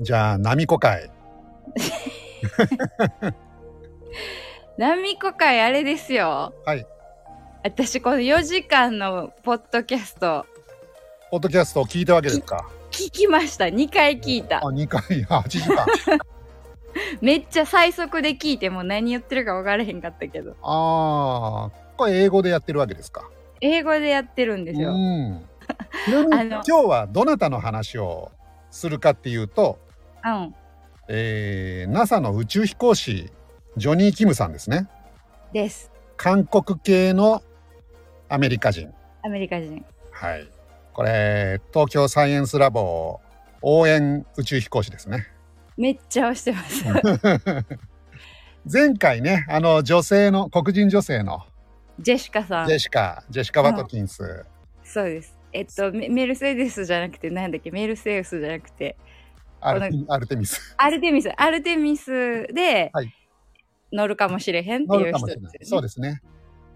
じゃあ、ナミコ会。ナミコ会あれですよ。はい。私この4時間のポッドキャストポッドキャストを聞いたわけですか。聞きました。2回聞いたあ、。二回、 あ八時間。めっちゃ最速で聞いてもう何言ってるか分からへんかったけど。ああ、これ英語でやってるわけですか。英語でやってるんうですよ。ん。ちなみにあの今日はどなたの話をするかっていうと、うん。えー、NASA の宇宙飛行士ジョニー・キムさんですね。です。韓国系のアメリカ人。アメリカ人。はい。これ東京サイエンスラボ応援宇宙飛行士ですね。めっちゃ押してます。前回ね、あの女性の黒人女性のジェシカさんジ。ェシカ、ジェシカ・ワトキンス、そうです。えっと、メメルセデスじゃなくて、なんだっけ、メルセウスじゃなくて、アルテミアルテ ミス。アルテミス、アルテミスではい乗るかもしれへんって乗いるうか人もでしれすよないね。。そうですね。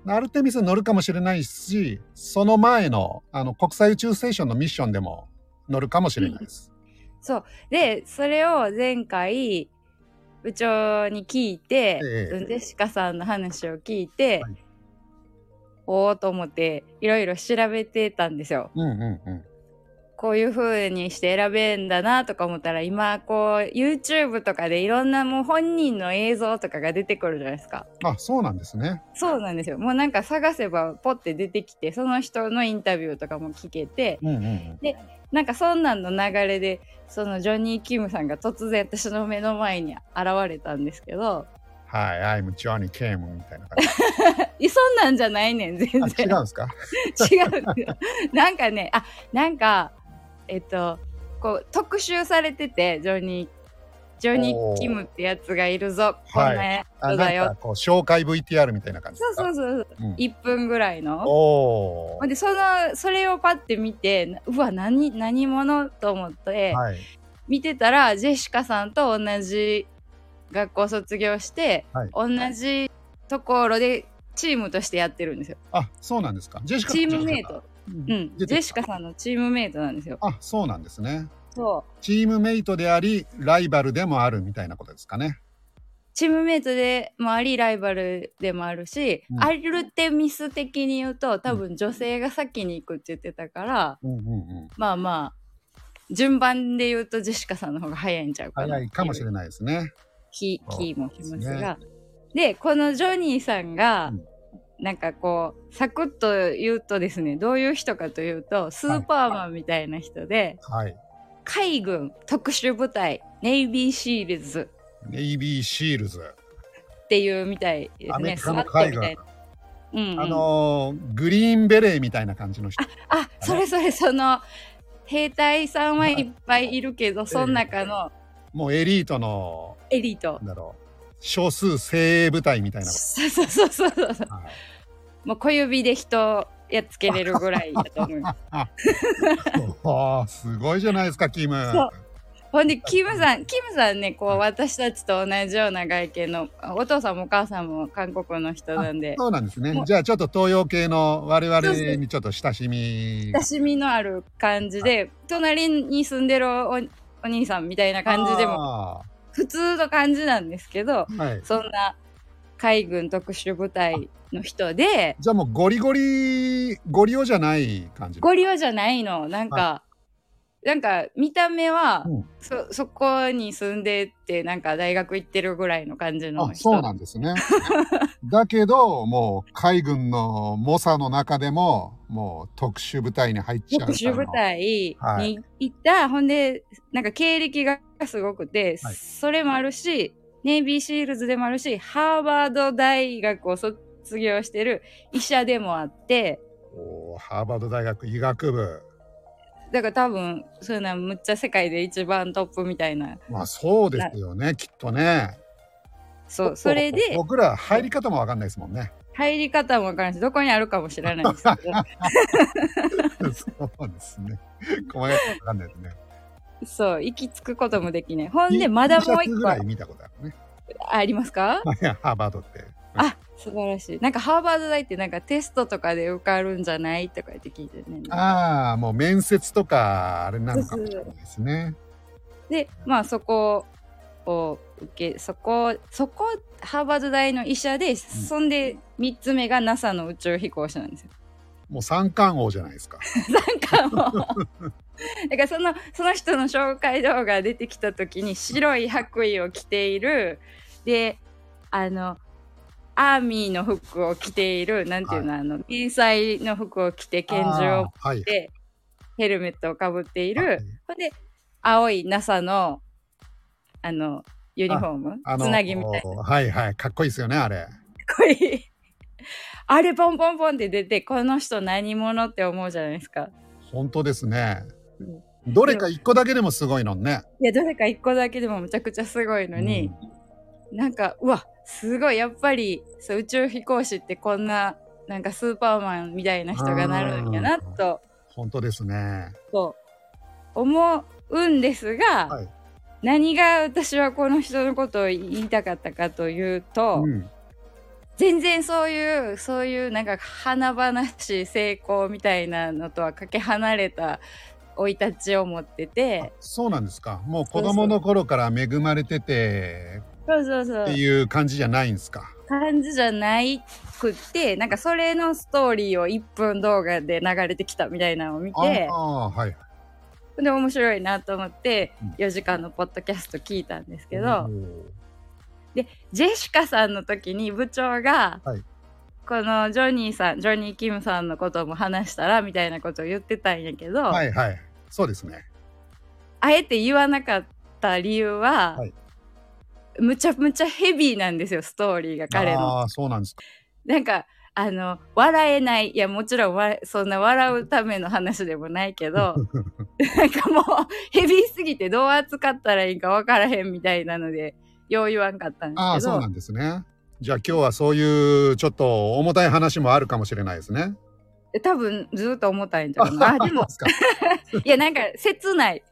アルテミス乗るかもしれないし、その前のあの国際宇宙ステーションのミッションでも乗るかもしれないです。そう。で、それを前回、部長に聞いて、ええジェシカさんの話を聞いて、はいおおと思って、いろいろ調べてたんですよ。うんうんうん。こういう風にして選べんだなとか思ったら、今、こう、YouTube とかでいろんなもう本人の映像とかが出てくるじゃないですか。あ、そうなんですね。そうなんですよ。もうなんか探せばポッて出てきて、その人のインタビューとかも聞けて、うんうんうん。なんかそんなんの流れで、そのジョニー・キムさんが突然私の目の前に現れたんですけど、はい、I'm Johnny Kim みたいな感じ。いそんなんじゃないねん、全あ、違然。うんです か。違うんですよ。 なんかね、あ、なんか、えっと、こう、特集されてて、ジョニー、ジョニー・キムってやつがいるぞ、こんなやあ、つなだよ。んかこう紹介 VTR みたいな感じでそうすか。そうそう、うん1分ぐらいの。おおほん。でそのそれをパッて見てなうわ何何者と思って、はい。見てたらジェシカさんと同じ学校卒業して、はい同じところでチームとしてやってるんですよあ、そうなんですか。ジェシカ。チームメイトジうェシんカ。ジェシカん。さんのチームメイトなんですよあ、そうなんですね。そうチームメイトであり、ライバルでもあるみたいなことですかね。チームメイトでもありライバルでもあるし、うんアルテミス的に言うと多分女性が先に行くって言ってたから、うんうんうん。まあまあ順番で言うとジェシカさんの方が早いんちゃうかな早いかもしないれないですね。気そう気もしますが。で、このジョニーさんが、うんなんかこう、サクッと言うとですね、どういう人かというと、スーパーマンみたいな人で、はい。海軍特殊部隊、ネイビーシールズネイビーシールズ。っていうみたいでアすメね。リカスワのット海みた軍。いなうんうん、あのーグリーンベレーみたいな感じの人。あ、それそれ、その、兵隊さんはいっぱいいるけど、その中のもうエリートの、エリートな。んだろう。少数精鋭部隊みたいな。そうそうそうそうそう。はいもう小指で人やっつけれるぐらいだと思います。おーすごいじゃないですか、キム。そうほんでキムさんキムさんねこう私たちと同じような外見のお父さんもお母さんも韓国の人なんでそうなんですねも。うじゃあちょっと東洋系の我々そうそうにちょっと親しみが親しみのある感じで隣に住んでるおお兄さんみたいな感じでもあ普通の感じなんですけどーはい。そんな海軍特殊部隊の人でじゃあもうゴリゴリゴリオじゃない感じ。ゴリオじゃないのなんかなんか見た目はうんそそこに住んでってなんか大学行ってるぐらいの感じのあ、人そうなんですね。 だけどもう海軍の猛者の中でももう特殊部隊に入っちゃう。特殊部。隊に行った、ほんでなんか経歴がすごくて、はいそれもあるしネイビーシールズでもあるしハーバード大学を卒業してる医者でもあっておーハーバード大学医学部。だから多分そういうのはむっちゃ世界で一番トップみたいなまあそうですよね、きっとね。そうそれで 僕ら入り方もわかんないですもんね。 入り方も分からないしどこにあるかも知らないんですけどそうですね。細かくわかんないですね。そう行き着くこともできないほんでまだもう T シャツ一ぐ個らい見たことあるね。 ありますかハーバードって。あ素晴らしいなんかハーバード大ってなんかテストとかで受かるんじゃないとか言って聞いてねああ、もう面接とか、あれなのかもしれないですね。でまあそこを受けそこそこハーバード大の医者で、そんで3つ目が NASA の宇宙飛行士なんです よ。もう三冠王じゃないですか。なんかもうだからそのその人の紹介動画が出てきた時に白い白衣を着ているであのアーミーの服を着ているなんていうの、あの迷彩の服を着て拳銃をあーはい持ってヘルメットをかぶっていはいるほんで青い NASA のあのユニフォームあのつなぎみたいなかっはいはいかっこいいですよねあれこいい あれポンポンポンって出てこの人何者って思うじゃないですか。本当ですねうんどれか一個だけでもすごいのねいやどれか一個だけでもむちゃくちゃすごいのに、なんかうわすごいやっぱりそう宇宙飛行士ってこんななんかスーパーマンみたいな人がなるんやなうんと本当ですねそう思うんですが、はい何が私はこの人のことを言いたかったかというと、うん全然そういうそういうなんか華々しい成功みたいなのとはかけ離れた生い立ちを持っててそうなんですかもう子供の頃から恵まれててそうそうそうっていう感じじゃないんですか感じじゃないくってなんかそれのストーリーを1分動画で流れてきたみたいなのを見あてあーはいで面白いなと思ってうん4時間のポッドキャスト聞いたんですけど、おージェシカさんの時に部長が、はいこのジョニーさんジョニー・キムさんのことも話したらみたいなことを言ってたんやけど、はいはいそうですねあえて言わなかった理由は、はいむちゃむちゃヘビーなんですよストーリーが彼の。ああそうなんですかなんかあの笑えないいやもちろんわそんな笑うための話でもない けどなんかもうヘビーすぎてどう扱ったらいいか分からへんみたいなのでよう言わんかったんでああすけそうどなんですねじゃあ今日はそういうちょっと重たい話もあるかもしれないですね多分ずっと思ったんじゃ ないあでそうもですかいやなんか切ない、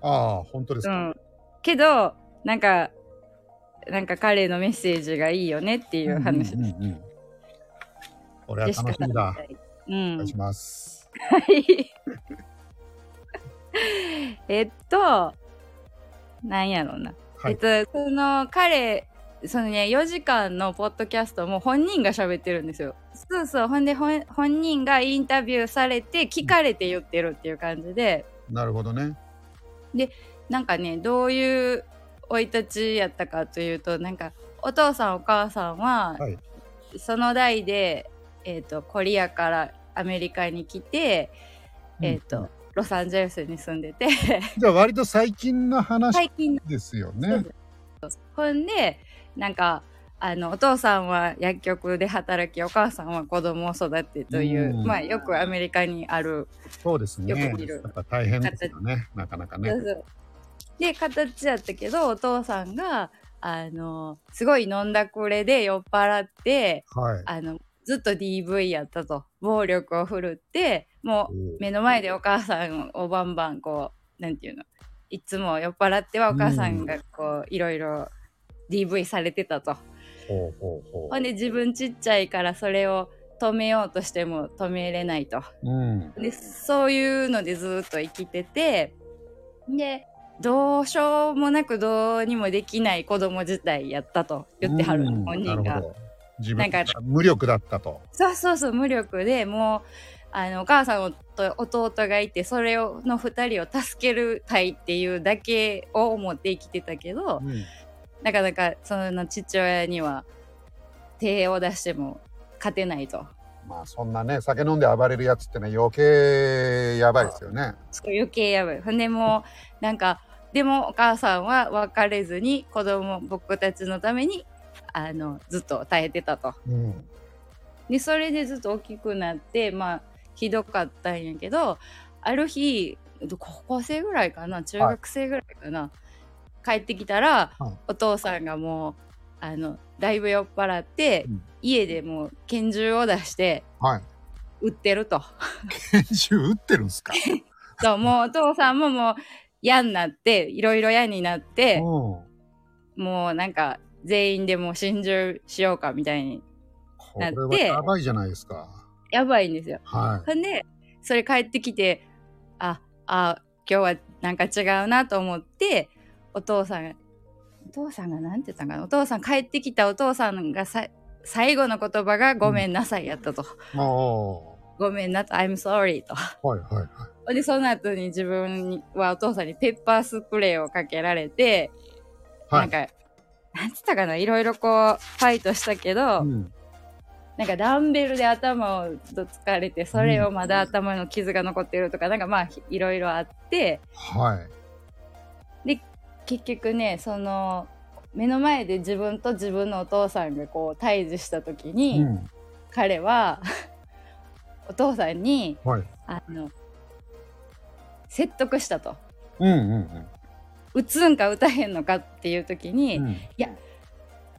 ああ本当ですうか、ん、けどなんかなんか彼のメッセージがいいよねっていう話うんうんうんうんこれはでし楽かしみだ。うおん願いします。はい。 えっと、なんやろうな。はいえっと、その彼、そのね、4時間のポッドキャストも本人が喋ってるんですよ。そうそう、ほんで本本人がインタビューされて、聞かれて言ってるっていう感じで、なるほどね。なんかね、どういう生い立ちやったかというと、なんか、お父さんお母さんは、はいその代で、えっとコリアからアメリカに来て、えうんっ、と、ロサンゼルスに住んでて、じゃあ割と最近の話最近、ですよね。そうほんで、なんか、あの、お父さんは薬局で働き、お母さんは子供を育てという、うんまあ、よくアメリカにある、そうですね。よく見るやっぱ大変ですよね。なかなかね。で、形だったけど、お父さんが、あの、すごい飲んだくれで酔っ払って、はい。あの、ずっと DV やったと、暴力を振るって、もうお、ー目の前でお母さんをバンバンこうなんていうのいつも酔っ払ってはお母さんがこういろいろ DV されてたと。ほうほうほほんで自分ちっちゃいからそれを止めようとしても止めれないと。う。うん。でそういうのでずっと生きててでどうしようもなくどうにもできない子供自体やったと言ってはるうん本人ながる。ほど自分ながんか無力だったと。そうそうそう無力でもうあのお母さんと弟がいてそれをの2人を助けるたいっていうだけを思って生きてたけどうんなかなかその父親には手を出しても勝てないとまあそんなね酒飲んで暴れるやつってね余計やばいですよね。ちょっと余計やばいほんでもうなんかでもお母さんは別れずに子供僕たちのためにあのずっと耐えてたと。うん。でそれでずっと大きくなってまあひどかったんやけどある日高校生ぐらいかな中学生ぐらいかな、帰ってきたら、はいお父さんがもうあのだいぶ酔っ払って、うん家でもう拳銃を出してはい。 撃ってると。拳銃撃ってるんですか。そうもうお父さんももう嫌になっていろいろ嫌になって、うん。もうなんか全員でもう心中しようかみたいにこれはやばいじゃないですか。やばいんですよ。はほんでそれ帰ってきてああ今日はなんか違うなと思ってお父さんお父さんが何て言ったんかなお父さん帰ってきたお父さんがさ最後の言葉が「ごめんなさい」やったとああ。 「ごめんな」と「I'm sorry」と。はいはいはい。ほんでその後に自分にはお父さんにペッパースプレーをかけられて、はいなんかなんつったかないろいろこうファイトしたけど、うん、なんかダンベルで頭をどつかれてそれをまだ頭の傷が残ってるとか、なんかまあひいろいろあってはい。結局ねその目の前で自分と自分のお父さんがこう対峙した時に、うん、彼は お父さんにはい。あの説得したと。うんうん打つんか打たへんのかっていう時に、うん。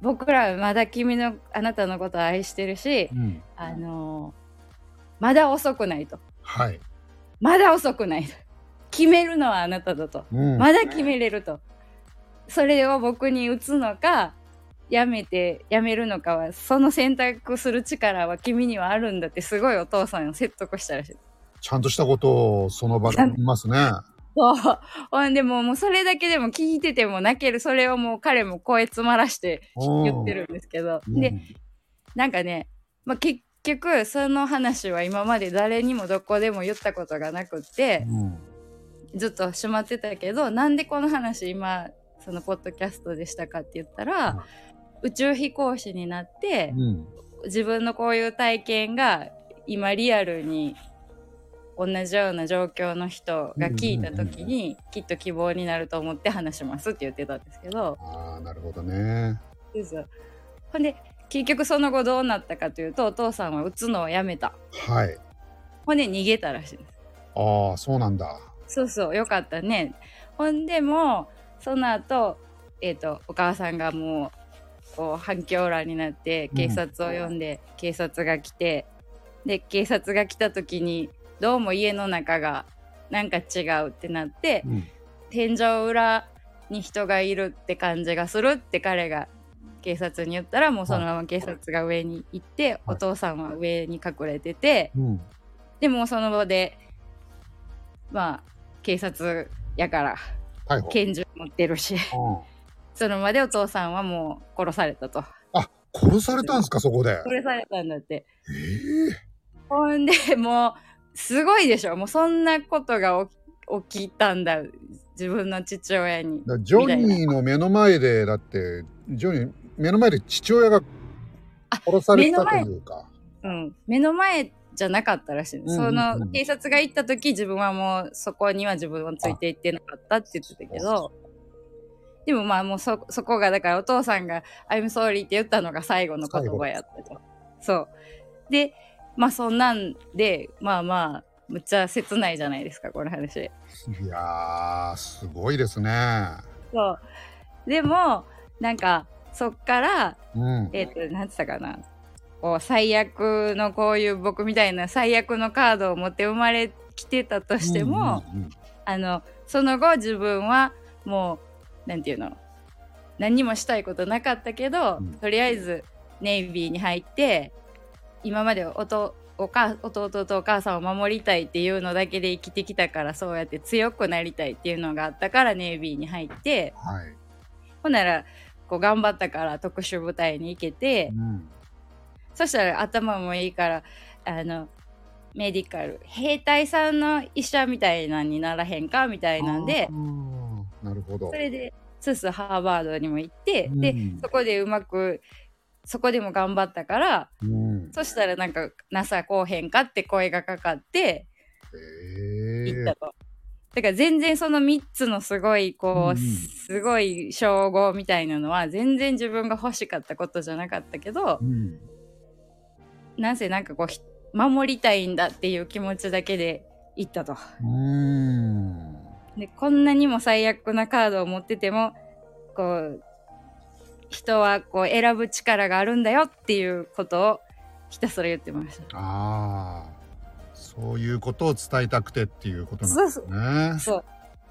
僕らはまだ君のあなたのことを愛してるし、うん。あのまだ遅くないとはい。まだ遅くないと決めるのはあなただとうん。まだ決めれると、それを僕に打つのかやめてやめるのかはその選択する力は君にはあるんだってすごいお父さんを説得したらしい。ちゃんとしたことをその場で言いますね。そうほんでもうもうそれだけでも聞いてても泣けるそれをもう彼も声詰まらして言ってるんですけど、うん。でなんかね、まあ、結局その話は今まで誰にもどこでも言ったことがなくってうん。ずっとしまってたけどなんでこの話今そのポッドキャストでしたかって言ったら、宇宙飛行士になってうん。自分のこういう体験が今リアルに同じような状況の人が聞いた時にきっと希望になると思って話しますって言ってたんですけど。ああ、なるほどね。そうそうほんで結局その後どうなったかというとお父さんは打つのをやめたはい。ほんで逃げたらしいですああ、そうなんだ。そうそうよかったねほんでもその後、えっとお母さんがもうこう反響欄になってうん警察を呼んで、警察が来てで警察が来た時にどうも家の中がなんか違うってなってうん。天井裏に人がいるって感じがするって彼が警察に言ったらもうそのまま警察が上に行って、お父さんは上に隠れててうん。でもうその場でまあ警察やから逮捕。拳銃持ってるし うんその場でお父さんはもう殺されたとあ、殺されたんですか、そこで。殺されたんだってえほんでもうすごいでしょもうそんなことが起き起きたんだ自分の父親にえだジョニーの目の前で、だって、ジョニー、目の前で父親が殺されたというか。うん、目の前じゃなかったらしい、うんうんうんその警察が行った時自分はもうそこには自分はついていってなかったって言ってたけどでもまあもうそそこがだからお父さんが「I'm sorry」って言ったのが最後の言葉やったと。そうでまあそんなんでまあまあむっちゃ切ないじゃないですかこの話。いやー、すごいですね。そうでもなんかそっからうん。えっ、と、なんつったかな。こう最悪のこういう僕みたいな最悪のカードを持って生まれきてたとしても、うんうんうん、あのその後自分はもうなんていうの何にもしたいことなかったけど、うんとりあえずネイビーに入って今までおとおか弟とお母さんを守りたいっていうのだけで生きてきたからそうやって強くなりたいっていうのがあったからネイビーに入ってはい。ほんならこう頑張ったから特殊部隊に行けて。うん。そしたら頭もいいからあのメディカル兵隊さんの医者みたいなんにならへんかみたいなんであー。なるほど。それでスースーハーバードにも行って、うんでそこでうまくそこでも頑張ったからうん。そしたらなんか NASA こうへんかって声がかかってええ行ったと。だから全然その3つのすごいこう、うんすごい称号みたいなのは全然自分が欲しかったことじゃなかったけど、うん。なんせなんかこうひ守りたいんだっていう気持ちだけで行ったと。うーん。でこんなにも最悪なカードを持っててもこう人はこう選ぶ力があるんだよっていうことをひたすら言ってました。ああ。そういうことを伝えたくてっていうことなんですね。そう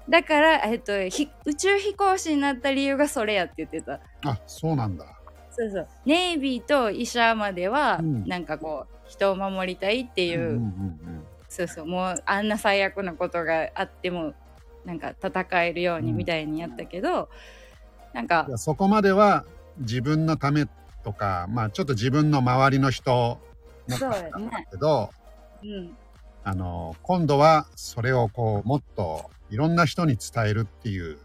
だから、えっと、ひ宇宙飛行士になった理由がそれやって言ってた。あ、そうなんだ。そうそうネイビーと医者までは、うんなんかこう人を守りたいっていううんうんうんうん。そうそうもうあんな最悪なことがあってもなんか戦えるようにみたいにやったけど、なんかいやそこまでは自分のためとか、まあ、ちょっと自分の周りの人のそうよねけど、うんあの今度はそれをこうもっといろんな人に伝えるっていう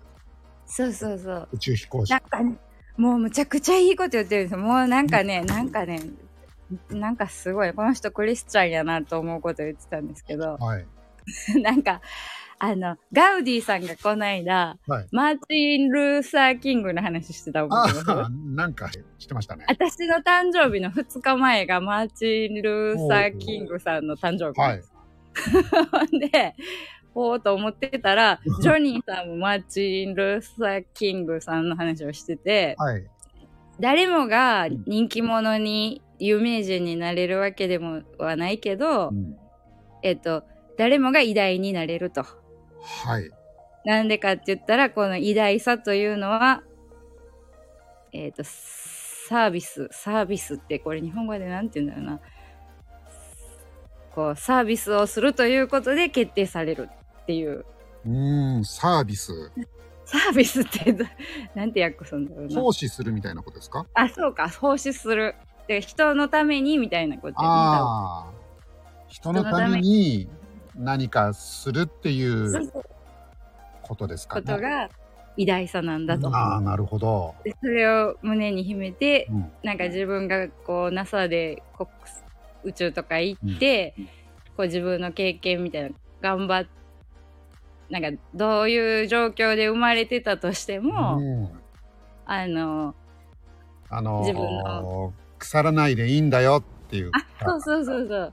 そうそうそう宇宙飛行士なんかねもうむちゃくちゃいいこと言ってるんですよもうなんかねなんかねなんかすごいこの人クリスチャンやなと思うこと言ってたんですけど はいなんか、あの、ガウディさんがこの間、はいマーチン・ルーサー・キングの話してた覚えてまあすーなんかしてましたね私の誕生日の2日前がマーチン・ルーサー・キングさんの誕生日はないんです。 で、おーと思ってたら、ジョニーさんもマーチン・ルーサー・キングさんの話をしてて、はい誰もが人気者に有名人になれるわけでもはないけど、うんえっと、誰もが偉大になれると。はいなんでかって言ったらこの偉大さというのはえっ、とサービスサービスってこれ日本語で何て言うんだろうなこうサービスをするということで決定されるっていううーんサービスサービスってど なんて訳すんだろうな奉仕するみたいなことですかあそうか奉仕するで人のためにみたいなこと言ったああ人のために何かするっていそううそうことですかこねとが偉大さなんだとああなるほど、でそれを胸に秘めてうんなんか自分がこう NASA で国宇宙とか行って、うんこう自分の経験みたいなの頑張っなんかどういう状況で生まれてたとしても、うんあのあのー自分の腐らないでいいんだよっていうあそうそうそうそう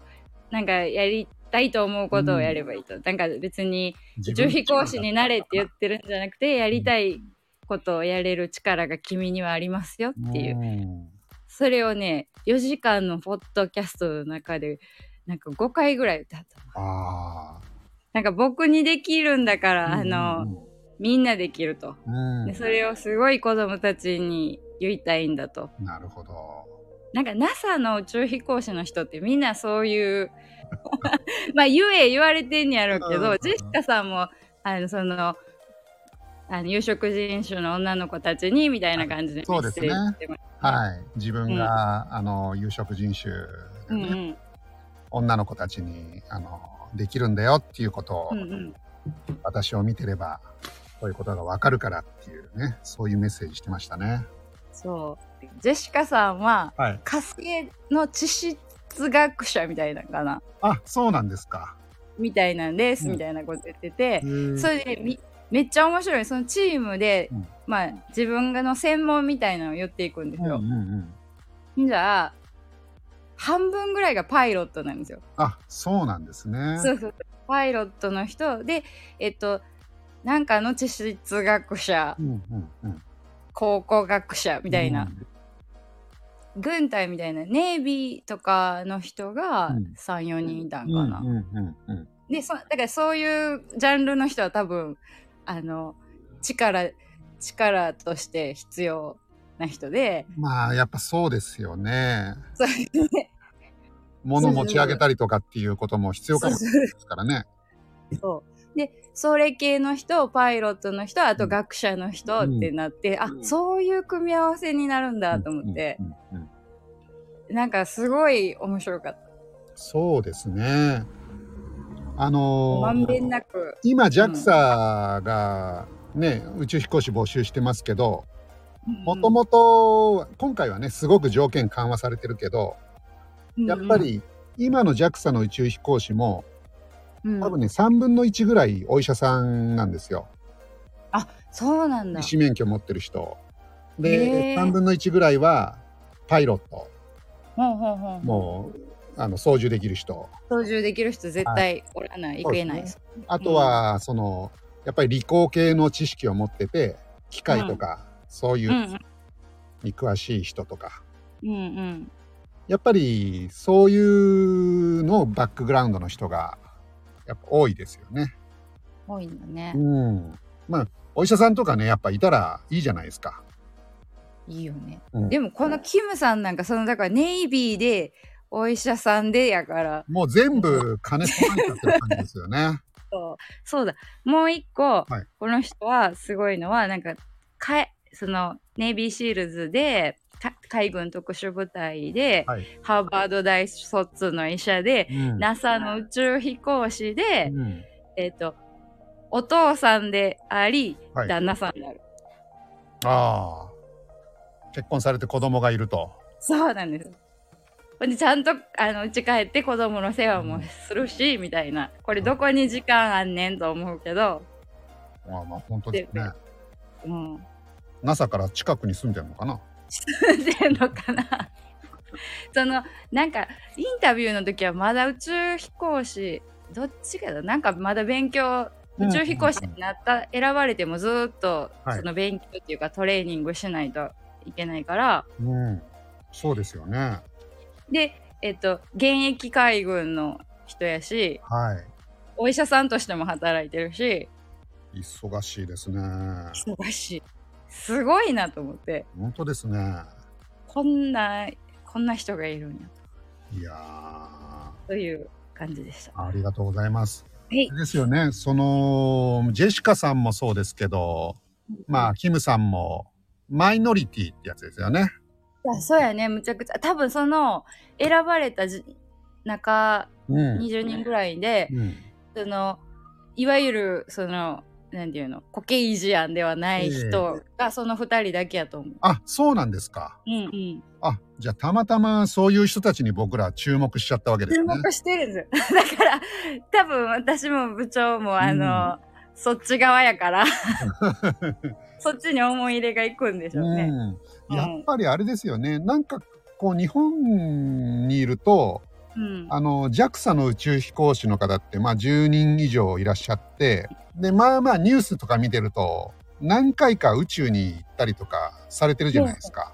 なんかやりたいと思うことをやればいいと、なんか別に自宇分宙飛行士になれって言ってるんじゃなくてやりたいことをやれる力が君にはありますよっていううんそれをね4時間のポッドキャストの中でなんか5回ぐらい歌ったのあなんか僕にできるんだかあら、あのみんなできると、うんでそれをすごい子供たちに言いたいんだとなるほどなんか NASA の宇宙飛行士の人ってみんなそういう まあ言え言われてんやろうけうどんジェシカさんもあのそのあの有色人種の女の子たちにみたいな感じでそうですねメッセージしてましはい自分が、あの有色人種たうんでね女の子たちにあのできるんだよっていうことを、うんうんうん私を見てればそういうことがわかるからっていうねそういうメッセージしてましたねそうジェシカさんははい火星の地質学者みたいなのかなあそうなんですかみたいなんです、うんみたいなこと言ってて、そそれでみめっちゃ面白いそのチームで、うんまあ自分の専門みたいなのを言っていくんですうんうよん、うん、じゃあ半分ぐらいがパイロットなんですよ、あそうなんですねそうそうパイロットの人でえっとなんかの地質学者うんうんうん考古学者みたいな、うん軍隊みたいなネイビーとかの人がうん34人いたんうかんうな、んうんうんでそだからそういうジャンルの人は多分あの力力として必要な人でまあやっぱそうですよねそういうね物持ち上げたりとかっていうことも必要かもしれないですからねそうでそれ系の人パイロットの人あと学者の人うんってなって、あうんそういう組み合わせになるんだと思って、うんうんうんなんかすごい面白かったそうですねあのまーんべんなく今 JAXA がね、宇宙飛行士募集してますけどもともと今回はねすごく条件緩和されてるけどうんやっぱ、り今の JAXA の宇宙飛行士もうん多分ね3分の1ぐらいお医者さんなんですよあそうなんだ医師免許持ってる人へでー3分の1ぐらいはパイロットほうほうほうもうあの操縦できる人操縦できる人絶対おらない、そうでいけすねないあとはそのやっぱり理工系の知識を持ってて機械とかそういううんうんに詳しい人とかうんうんやっぱりそういうのをバックグラウンドの人がやっぱ多いですよね。多いんだね、うん、まあお医者さんとかねやっぱいたらいいじゃないですか。いいよね、うんでもこのキムさんなんかそのだからネイビーでお医者さんでやから もう全部金備えちゃってる感じですよね。そうそうだもう一個、はいこの人はすごいのはなんかかえそのネイビーシールズでか海軍特殊部隊で、はいハーバード大卒の医者で、うん。 NASA の宇宙飛行士うで、んえっ、とお父さんであり、はい旦那さんになるああ。結婚されて子供がいると。そうなんですほんでちゃんとあの家帰って子供の世話もするし、みたいなこれどこに時間あんねんと思うけど、まあまあ、本当ですでねで。うん、 NASA から近くに住んでるのかな。住んでんのかな そのなんかインタビューの時はまだ宇宙飛行士どっちかだなんかまだ勉強宇宙飛行士になった、選ばれてもずっとはいその勉強っていうかトレーニングしないといけないからうん。そうですよね。でえっと現役海軍の人やしはお医者さんとしても働いてるしい。忙しいですね。忙しいすごいなと思って本当ですね。こんなこんな人がいるんやいやーという感じでした。ありがとうございます。はいですよね。そのジェシカさんもそうですけど、まあキムさんもマイノリティってやつですよね。いやそうやねむちゃくちゃ多分その選ばれたじ中うん。 20人ぐらいで、うん。そのいわゆるその何ていうのコケイジアンではない人がその2人だけやと思う。あ、そうなんですか。うんうん、あ、じゃあたまたまそういう人たちに僕ら注目しちゃったわけです注ね。目してるんですよ だから多分私も部長もあの、そっち側 やからそっちに思い入れがいくんでしょうね。うん、やっぱりあれですよね。なんかこう日本にいると、うんあの JAXA の宇宙飛行士の方ってまあ10人以上いらっしゃって、でまあまあニュースとか見てると何回か宇宙に行ったりとかされてるじゃないですか。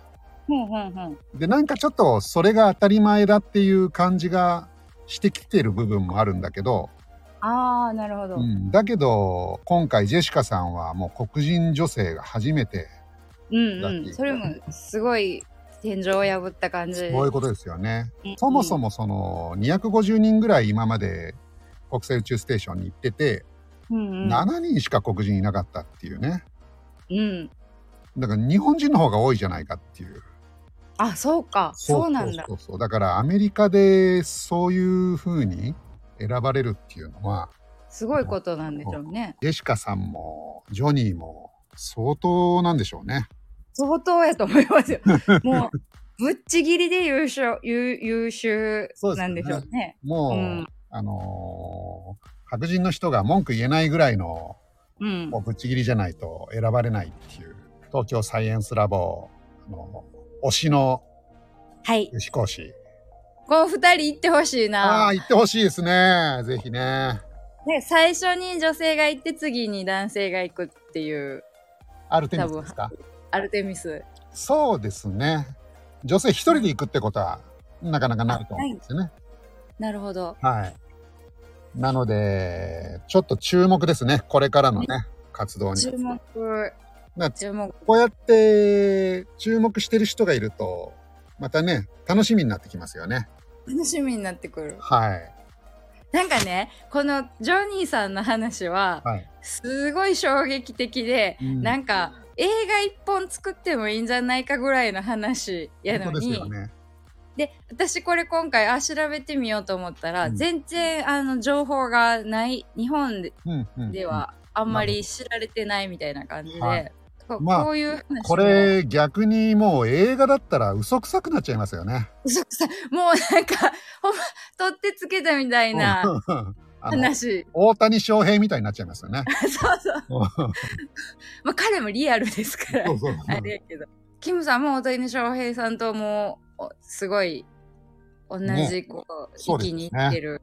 うんうんうんでなんかちょっとそれが当たり前だっていう感じがしてきてる部分もあるんだけど、ああなるほど。ううんん、だけど今回ジェシカさんはもう黒人女性が初めてうん、ラッキーそれもすごい天井を破った感じ。そういうことですよね。うんそもそもその250人ぐらい今まで国際宇宙ステーションに行ってて、うんうん、 7人しか黒人いなかったっていうね。うん、だから日本人の方が多いじゃないかっていう。あそうかそうなんだそうそうだからアメリカでそういう風に選ばれるっていうのは、すごいことなんでしょうねジェシカさんもジョニーも相当なんでしょうね。相当やと思います よもうぶっちぎりで優勝優優秀なんでしょうねもう、うんあのー白人の人が文句言えないぐらいのうんもうぶっちぎりじゃないと選ばれないっていう東京サイエンスラボの推しのはい飛行士この二人行ってほしいあなあ行ってほしいですねぜひねで最初に女性が行って次に男性が行くっていうアルテミスですかアルテミスそうですね女性一人で行くってことはなかなかないと思うんですよねなるほどはい、なのでちょっと注目ですねこれからのね活動に注目な注目こうやって注目してる人がいるとまたね楽しみになってきますよね楽しみになってくるはいなんかねこのジョニーさんの話ははい、すごい衝撃的で、うんなんか映画一本作ってもいいんじゃないかぐらいの話やの本当ですにで,、よね私これ今回あ調べてみようと思ったら、うん全然あの情報がない日本でうんうんうんではあんまり知られてないみたいな感じで、はいこまあこういう話もこれ逆にもう映画だったら嘘くさくなっちゃいますよね。嘘くさいもうなんかほんま取ってつけたみたいなあの話大谷翔平みたいになっちゃいますよね。そうそう、まあ、彼もリアルですからそうそう あれやけど。キムさんも大谷翔平さんともうおすごい同じこう、そうですね域に行ってる